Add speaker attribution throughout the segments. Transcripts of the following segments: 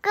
Speaker 1: 哥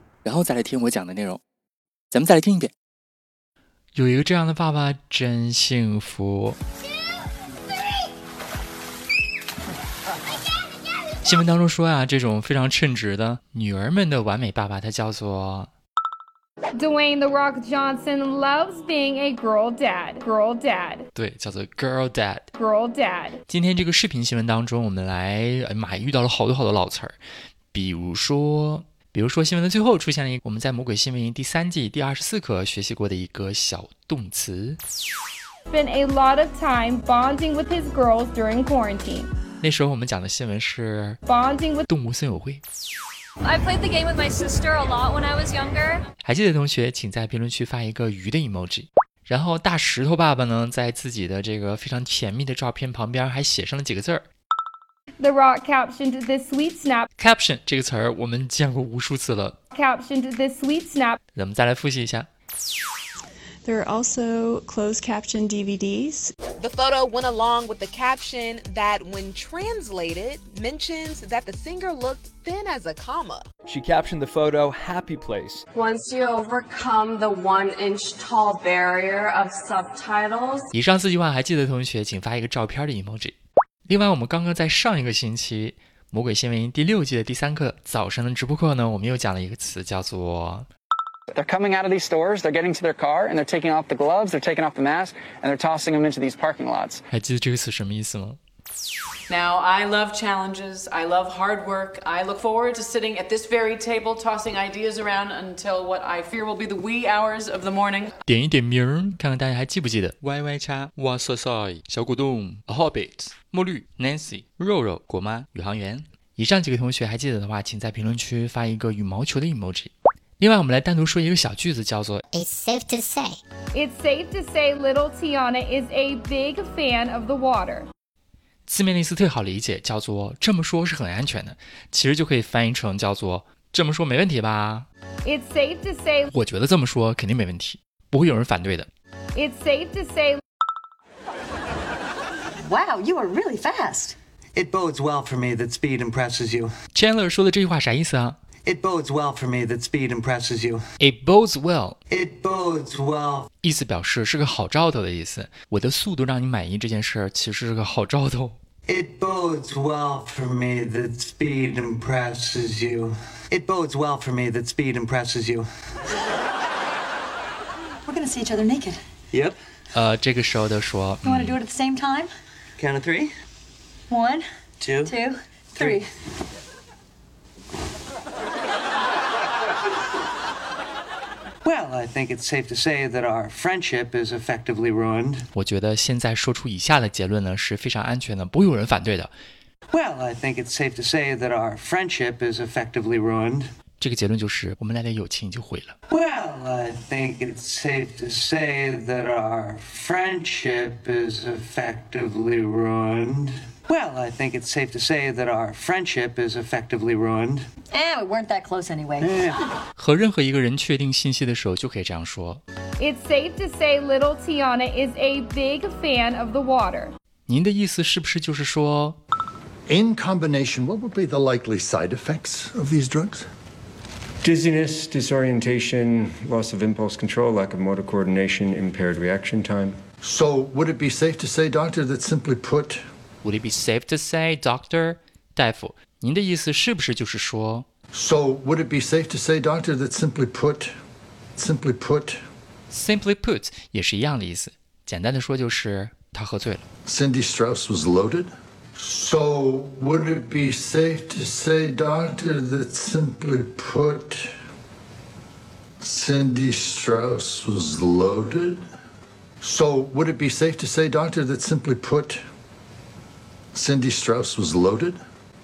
Speaker 2: 然后再来听我讲的内容。咱们再来听一遍。有一个这样的爸爸真幸福。新闻当中说啊，这种非常称职的女儿们的完美爸爸，他叫做
Speaker 3: Dwayne The Rock Johnson loves being a girl dad. Girl dad.
Speaker 2: 对，叫做 girl dad。
Speaker 3: Girl dad.
Speaker 2: 今天这个视频新闻当中，我们来哎妈呀遇到了好多好多老词儿，比如说，比如说新闻的最后出现了一个我们在《魔鬼新闻营》第三季第二十四课学习过的一个小动词。
Speaker 3: Spent a lot of time bonding with his girls during quarantine.
Speaker 2: 那时候我们讲的新闻是
Speaker 3: Bonding with
Speaker 2: 动物森友会，
Speaker 4: I played the game with my sister a lot when I was younger.
Speaker 2: 还记得的同学请在评论区发一个鱼的 emoji。然后大石头爸爸呢，在自己的这个非常甜蜜的照片旁边还写上了几个字儿
Speaker 3: The Rock captioned this sweet snap.
Speaker 2: “caption” 这个词儿，我们见过无数次了。
Speaker 3: Captioned this sweet snap.
Speaker 2: 咱们再来复习一下。
Speaker 5: There are also closed caption DVDs
Speaker 6: The photo went along with the caption that, when translated, mentions that the singer looked thin as a comma.
Speaker 7: She captioned the photo Happy Place.
Speaker 8: Once you overcome the one inch tall barrier of subtitles,
Speaker 2: 以上四句话还记得的同学，请发一个照片的 emoji。另外，我们刚刚在上一个星期《魔鬼新闻营》第六季的第三课早上的直播课呢，我们又讲了一个词，叫做
Speaker 9: They're coming out of these stores, they're getting to their car, and they're taking off the gloves, they're taking off the mask, and they're tossing them into these parking lots.
Speaker 2: 还记得这个词什么意思吗？
Speaker 8: now I love challenges. I love hard work. I look forward to sitting at this very table tossing ideas around until what I fear will be the wee hours of the morning.
Speaker 2: 点一点名儿，看看大家还记不记得？Y Y 叉、哇塞塞、小果冻、A Hobbit、墨绿、Nancy、肉肉、果妈、宇航员。以上几个同学还记得的话，请在评论区发一个羽毛球的 emoji。另外，我们来单独说一个小句子，叫做
Speaker 1: It's safe to say.
Speaker 3: It's safe to say little Tiana is a big fan of the water.
Speaker 2: 字面的意思特别好理解，叫做这么说是很安全的，其实就可以翻译成叫做这么说没问题吧？
Speaker 3: It's safe to say
Speaker 2: 我觉得这么说肯定没问题，不会有人反对的。
Speaker 3: it's safe to say
Speaker 10: Wow, you are really fast.
Speaker 9: It bodes well for me that speed impresses you.
Speaker 2: Chandler 说的这句话啥意思啊
Speaker 9: It bodes well for me that speed impresses you.
Speaker 2: ？It bodes well，
Speaker 9: It bodes well.
Speaker 2: 意思表示是个好兆头的意思。我的速度让你满意这件事儿，其实是个好兆头。
Speaker 9: It bodes well for me that speed impresses you. It bodes well for me that speed impresses you.
Speaker 10: We're gonna see each other naked.
Speaker 9: Yep.
Speaker 2: 呃，这个时候的说，嗯
Speaker 10: You wanna do it at the same time?
Speaker 9: Count of three,
Speaker 10: One,
Speaker 9: two,
Speaker 10: two, three.
Speaker 9: Well, I think it's safe to say that our friendship is effectively ruined.
Speaker 2: 我觉得现在说出以下的结论呢是非常安全的，不会有人反对的。
Speaker 9: Well, I think it's safe to say that our friendship is effectively ruined.
Speaker 2: 这个结论就是我们俩的友情已经毁了。
Speaker 9: Well, I think it's safe to say that our friendship is effectively ruined. Well, I think it's safe to say that our friendship is effectively ruined.
Speaker 10: Eh, we weren't that close anyway.
Speaker 2: 和任何一个人确定信息的时候，就可以这样说。
Speaker 3: It's safe to say little Tiana is a big fan of the water.
Speaker 2: 您的意思是不是就是说，
Speaker 11: In combination, what would be the likely side effects of these drugs?
Speaker 7: Dizziness, disorientation, loss of impulse control, lack of motor coordination, impaired reaction time.
Speaker 11: So, would it be safe to say, doctor, that simply put,
Speaker 2: Would it be safe to say, Doctor？大夫，您的意思是不是就是说，
Speaker 11: so would it be safe to say, doctor, that simply put, simply put,
Speaker 2: simply put 也是一样的意思？简单的说就是他喝醉了。
Speaker 11: Cindy Strauss was loaded? So, would it be safe to say, doctor, that simply put, Cindy Strauss was loaded? So, would it be safe to say, doctor, that simply put, Cindy Strauss was loaded?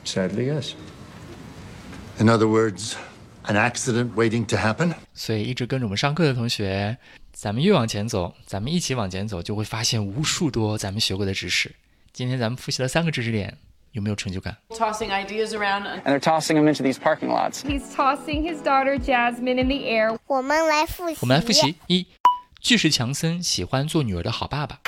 Speaker 7: Sadly, yes.
Speaker 11: In other words, an accident waiting to happen?
Speaker 2: 所以一直跟着我们上课的同学，咱们越往前走，咱们一起往前走，就会发现无数多咱们学过的知识。今天咱们复习了三个知识点，有没有成就感？
Speaker 8: tossing ideas around and
Speaker 12: And they're tossing them into these parking lots.
Speaker 3: He's tossing his daughter Jasmine in the air.
Speaker 2: 我们来复习：一、巨石强森喜欢做女儿的好爸爸；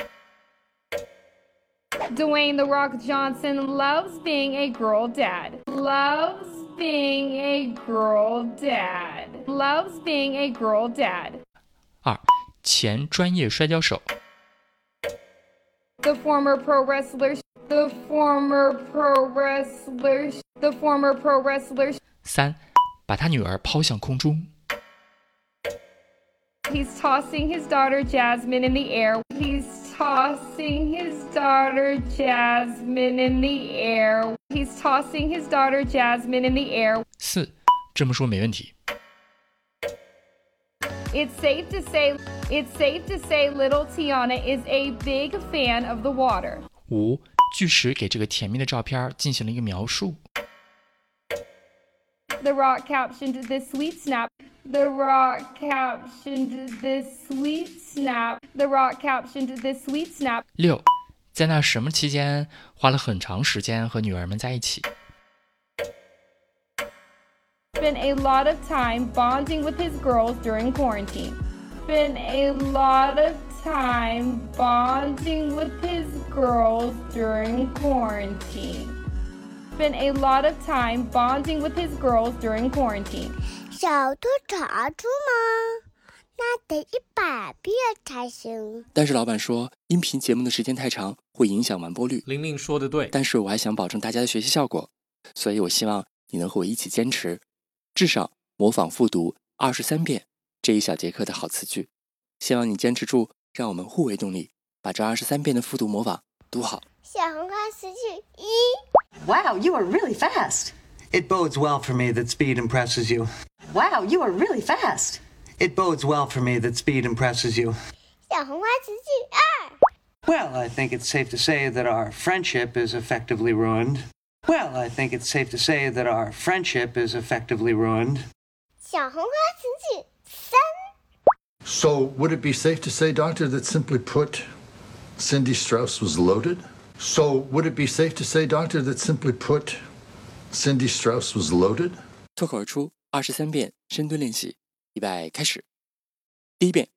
Speaker 3: Dwayne The Rock Johnson loves being a girl dad. Loves being a girl dad. Loves being a girl dad.
Speaker 2: 二、前专业摔跤手；
Speaker 3: The former pro wrestler. The former pro wrestler. The former pro wrestler.
Speaker 2: 三、把他女儿抛向空中；
Speaker 3: He's tossing his daughter Jasmine in the air. He's tossing his daughter Jasmine in the air. He's tossing his daughter Jasmine in the air.
Speaker 2: 四、这么说没问题；
Speaker 3: It's safe to say it's safe to say little Tiana is a big fan of the water.
Speaker 2: 五、巨石给这个甜蜜的照片进行了一个描述；
Speaker 3: The Rock captioned this sweet snap. The Rock captioned this sweet snap. The Rock captioned this sweet snap.
Speaker 2: 六，在那什么期间花了很长时间和女儿们在一起；
Speaker 3: Spent a lot of time bonding with his girls during quarantine. Spent a lot of time bonding with his girls during quarantine. Spent a lot of time bonding with his girls during quarantine.
Speaker 13: 小兔查出吗？那得一百遍才行。
Speaker 2: 但是老板说，音频节目的时间太长，会影响完播率。
Speaker 14: 玲玲说的对，
Speaker 2: 但是我还想保证大家的学习效果，所以我希望你能和我一起坚持，至少模仿复读二十三遍这一小节课的好词句。希望你坚持住，让我们互为动力，把这二十三遍的复读模仿读好。
Speaker 13: 小红花词句一，
Speaker 10: Wow, you are really fast.
Speaker 9: It bodes well for me that speed impresses you.
Speaker 10: Wow, you are really fast.
Speaker 9: It bodes well for me that speed impresses you.
Speaker 13: 小红花词句二，
Speaker 9: Well, I think it's safe to say that our friendship is effectively ruined. Well, I think it's safe to say that our friendship is effectively ruined.
Speaker 13: 小红花词句三，
Speaker 11: So, would it be safe to say, Doctor, that simply put, Cindy Strauss was loaded? So, would it be safe to say, Doctor, that simply put, Cindy Strauss was loaded?
Speaker 2: 脱口而出二十三遍深蹲练习，预备开始。第一遍，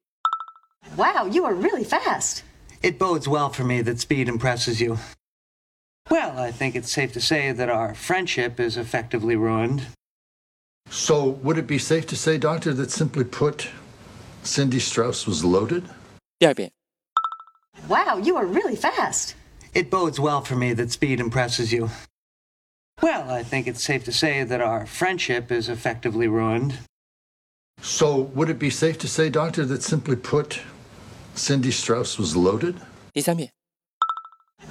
Speaker 10: Wow, you are really fast.
Speaker 9: It bodes well for me that speed impresses you. Well, I think it's safe to say that our friendship is effectively ruined.
Speaker 11: So, would it be safe to say, Doctor, that simply put, Cindy Strauss was loaded?
Speaker 2: 第二遍，
Speaker 10: Wow, you are really fast.
Speaker 9: It bodes well for me that speed impresses you. Well, I think it's safe to say that our friendship is effectively ruined.
Speaker 11: So, would it be safe to say, Doctor, that simply put, Cindy Strauss was loaded?
Speaker 2: 第三遍，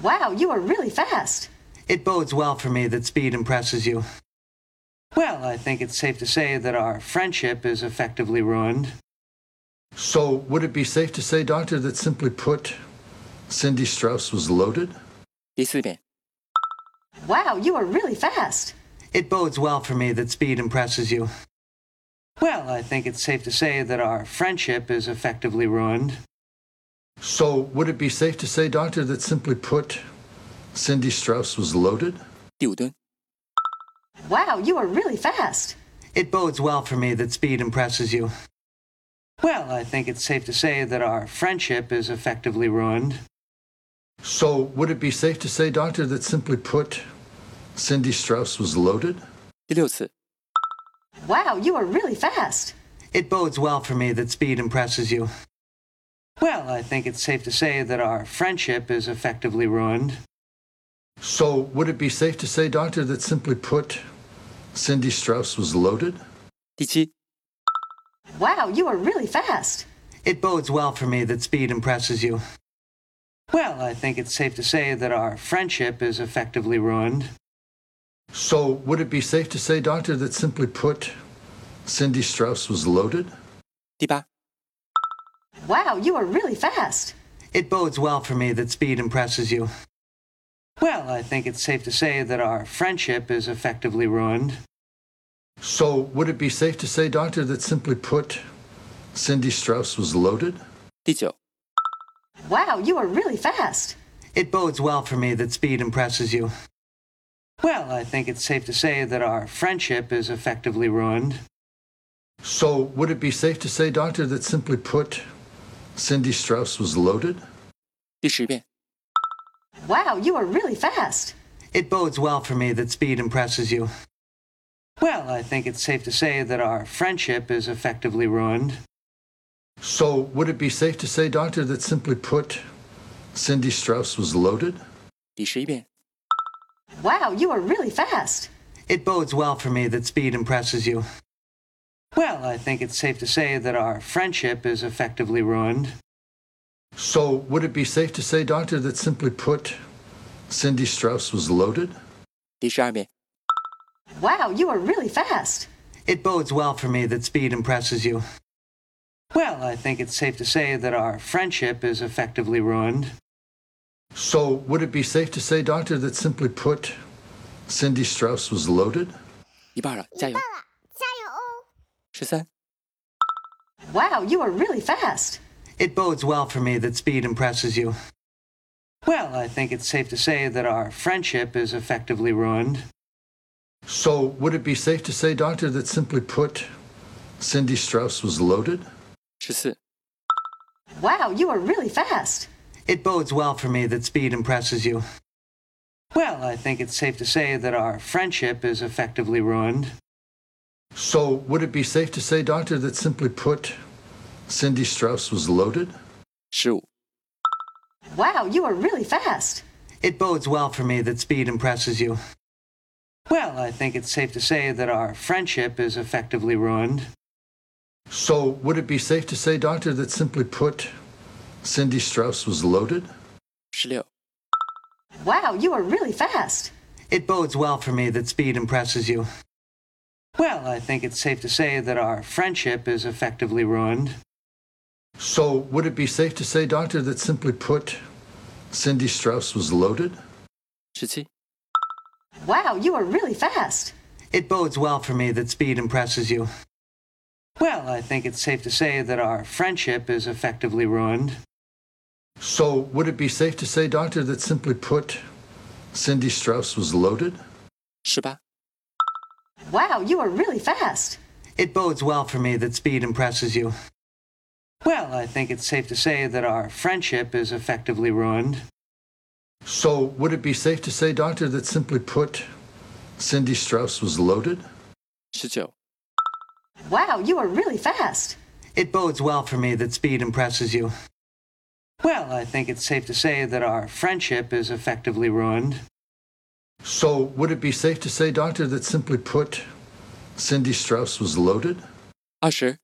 Speaker 10: Wow, you are really fast.
Speaker 9: It bodes well for me that speed impresses you. Well, I think it's safe to say that our friendship is effectively ruined.
Speaker 11: So, would it be safe to say, Doctor, that simply put, Cindy Strauss was loaded?
Speaker 2: 第四遍，
Speaker 10: Wow, you are really fast.
Speaker 9: It bodes well for me that speed impresses you. Well, I think it's safe to say that our friendship is effectively ruined.
Speaker 11: So, would it be safe to say, Doctor, that simply put, Cindy Strauss was loaded?
Speaker 2: 第五蹲，
Speaker 10: Wow, you are really fast.
Speaker 9: It bodes well for me that speed impresses you. Well, I think it's safe to say that our friendship is effectively ruined.
Speaker 11: So, would it be safe to say, Doctor, that simply put, Cindy Strauss was loaded?
Speaker 2: 第六次，
Speaker 10: Wow, you are really fast.
Speaker 9: It bodes well for me that speed impresses you. Well, I think it's safe to say that our friendship is effectively ruined.
Speaker 11: So, would it be safe to say, Doctor, that simply put, Cindy Strauss was loaded?
Speaker 2: 第七，
Speaker 10: Wow, you are really fast.
Speaker 9: It bodes well for me that speed impresses you. Well, I think it's safe to say that our friendship is effectively ruined.
Speaker 11: So, would it be safe to say, Doctor, that simply put, Cindy Strauss was loaded?
Speaker 2: 第八，
Speaker 10: Wow, you are really fast.
Speaker 9: It bodes well for me that speed impresses you. Well, I think it's safe to say that our friendship is effectively ruined.
Speaker 11: So would it be safe to say, doctor, that simply put, Cindy Strauss was loaded?
Speaker 2: 第九，
Speaker 10: Wow, you are really fast.
Speaker 9: It bodes well for me that speed impresses you. Well, I think it's safe to say that our friendship is effectively ruined.
Speaker 11: So would it be safe to say, doctor, that simply put, Cindy Strauss was loaded?
Speaker 2: 第十遍，
Speaker 10: Wow, you are really fast.
Speaker 9: It bodes well for me that speed impresses you. Well, I think it's safe to say that our friendship is effectively ruined.
Speaker 11: So would it be safe to say, doctor, that simply put, Cindy Strauss was loaded?
Speaker 2: 第十一遍，
Speaker 10: Wow, you are really fast.
Speaker 9: It bodes well for me that speed impresses you. Well, I think it's safe to say that our friendship is effectively ruined.
Speaker 11: So would it be safe to say, doctor, that simply put, Cindy Strauss was loaded?
Speaker 2: 第十二遍，
Speaker 10: Wow, you are really fast.
Speaker 9: It bodes well for me that speed impresses you. Well, I think it's safe to say that our friendship is effectively ruined.
Speaker 11: So would it be safe to say, doctor, that simply put, Cindy Strauss was loaded?
Speaker 2: 一半了，加油！
Speaker 13: 加油哦！
Speaker 2: 十三、
Speaker 10: Wow, you are really fast.
Speaker 9: It bodes well for me that speed impresses you. Well, I think it's safe to say that our friendship is effectively ruined.
Speaker 11: So would it be safe to say, doctor, that simply put, Cindy Strauss was loaded?
Speaker 2: 十四、
Speaker 10: Wow, you are really fast.
Speaker 9: It bodes well for me that speed impresses you. Well, I think it's safe to say that our friendship is effectively ruined.
Speaker 11: So would it be safe to say, doctor, that simply put, Cindy Strauss was loaded?
Speaker 2: 十五、
Speaker 10: Wow, you are really fast.
Speaker 9: It bodes well for me that speed impresses you. Well, I think it's safe to say that our friendship is effectively ruined.
Speaker 11: So would it be safe to say, doctor, that simply put, Cindy Strauss was loaded?
Speaker 2: 十六、
Speaker 10: Wow, you are really fast.
Speaker 9: It bodes well for me that speed impresses you. Well, I think it's safe to say that our friendship is effectively ruined.
Speaker 11: So would it be safe to say, doctor, that simply put, Cindy Strauss was loaded?
Speaker 2: 十七、
Speaker 10: Wow, you are really fast.
Speaker 9: It bodes well for me that speed impresses you. Well, I think it's safe to say that our friendship is effectively ruined.
Speaker 11: So would it be safe to say, doctor, that simply put, Cindy Strauss was loaded?
Speaker 2: 十八、
Speaker 10: Wow, you are really fast.
Speaker 9: It bodes well for me that speed impresses you. Well, I think it's safe to say that our friendship is effectively ruined.
Speaker 11: So would it be safe to say, doctor, that simply put, Cindy Strauss was loaded?
Speaker 2: 十九、
Speaker 10: Wow, you are really fast.
Speaker 9: It bodes well for me that speed impresses you. Well, I think it's safe to say that our friendship is effectively ruined.
Speaker 11: So would it be safe to say, doctor, that simply put, Cindy Strauss was loaded?
Speaker 2: 二十、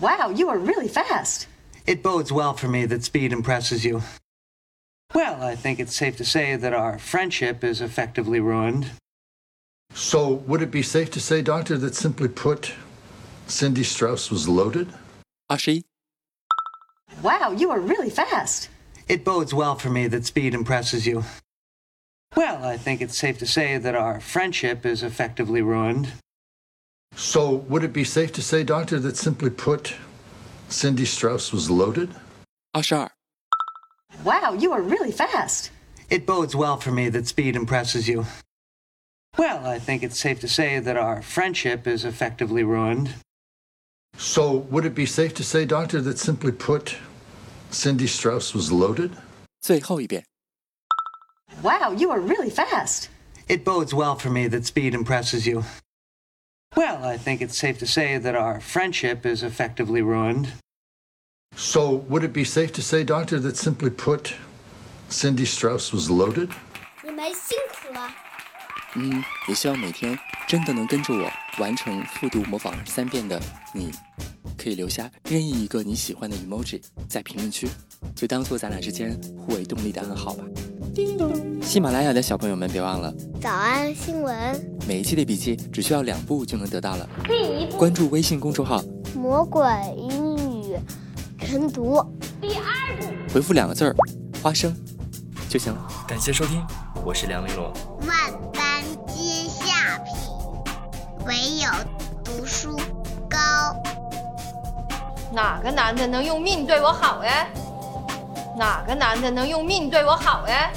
Speaker 10: Wow, you are really fast.
Speaker 9: It bodes well for me that speed impresses you. Well, I think it's safe to say that our friendship is effectively ruined.
Speaker 11: So would it be safe to say, doctor, that simply put, Cindy Strauss was loaded?
Speaker 2: 二十一、
Speaker 10: Wow, you are really fast.
Speaker 9: It bodes well for me that speed impresses you. Well, I think it's safe to say that our friendship is effectively ruined.
Speaker 11: So would it be safe to say, doctor, that simply put, Cindy Strauss was loaded?
Speaker 2: 二十二、
Speaker 10: Wow, you are really fast.
Speaker 9: It bodes well for me that speed impresses you. Well, I think it's safe to say that our friendship is effectively ruined.
Speaker 11: So would it be safe to say, doctor, that simply put, Cindy Strauss was loaded?
Speaker 2: 最后一遍。
Speaker 10: Wow, you are really fast.
Speaker 9: It bodes well for me that speed impresses you. Well, I think it's safe to say that our friendship is effectively ruined.
Speaker 11: So would it be safe to say, doctor, that simply put, Cindy Strauss was loaded?
Speaker 13: 你们辛苦了。
Speaker 2: 嗯，也希望每天真的能跟着我完成复读模仿三遍的你，可以留下任意一个你喜欢的 emoji 在评论区，就当做咱俩之间互为动力的暗号吧。
Speaker 13: 叮咚，
Speaker 2: 喜马拉雅的小朋友们，别忘了
Speaker 13: 早安新闻，
Speaker 2: 每一期的笔记只需要两步就能得到了。关注微信公众号，
Speaker 1: 魔鬼英语晨读。
Speaker 2: 回复两个字儿“花生”就行了。感谢收听，我是梁丽罗。
Speaker 13: 万般皆下品，唯有有读书高。
Speaker 3: 哪个男的能用命对我好哎？哪个男的能用命对我好哎？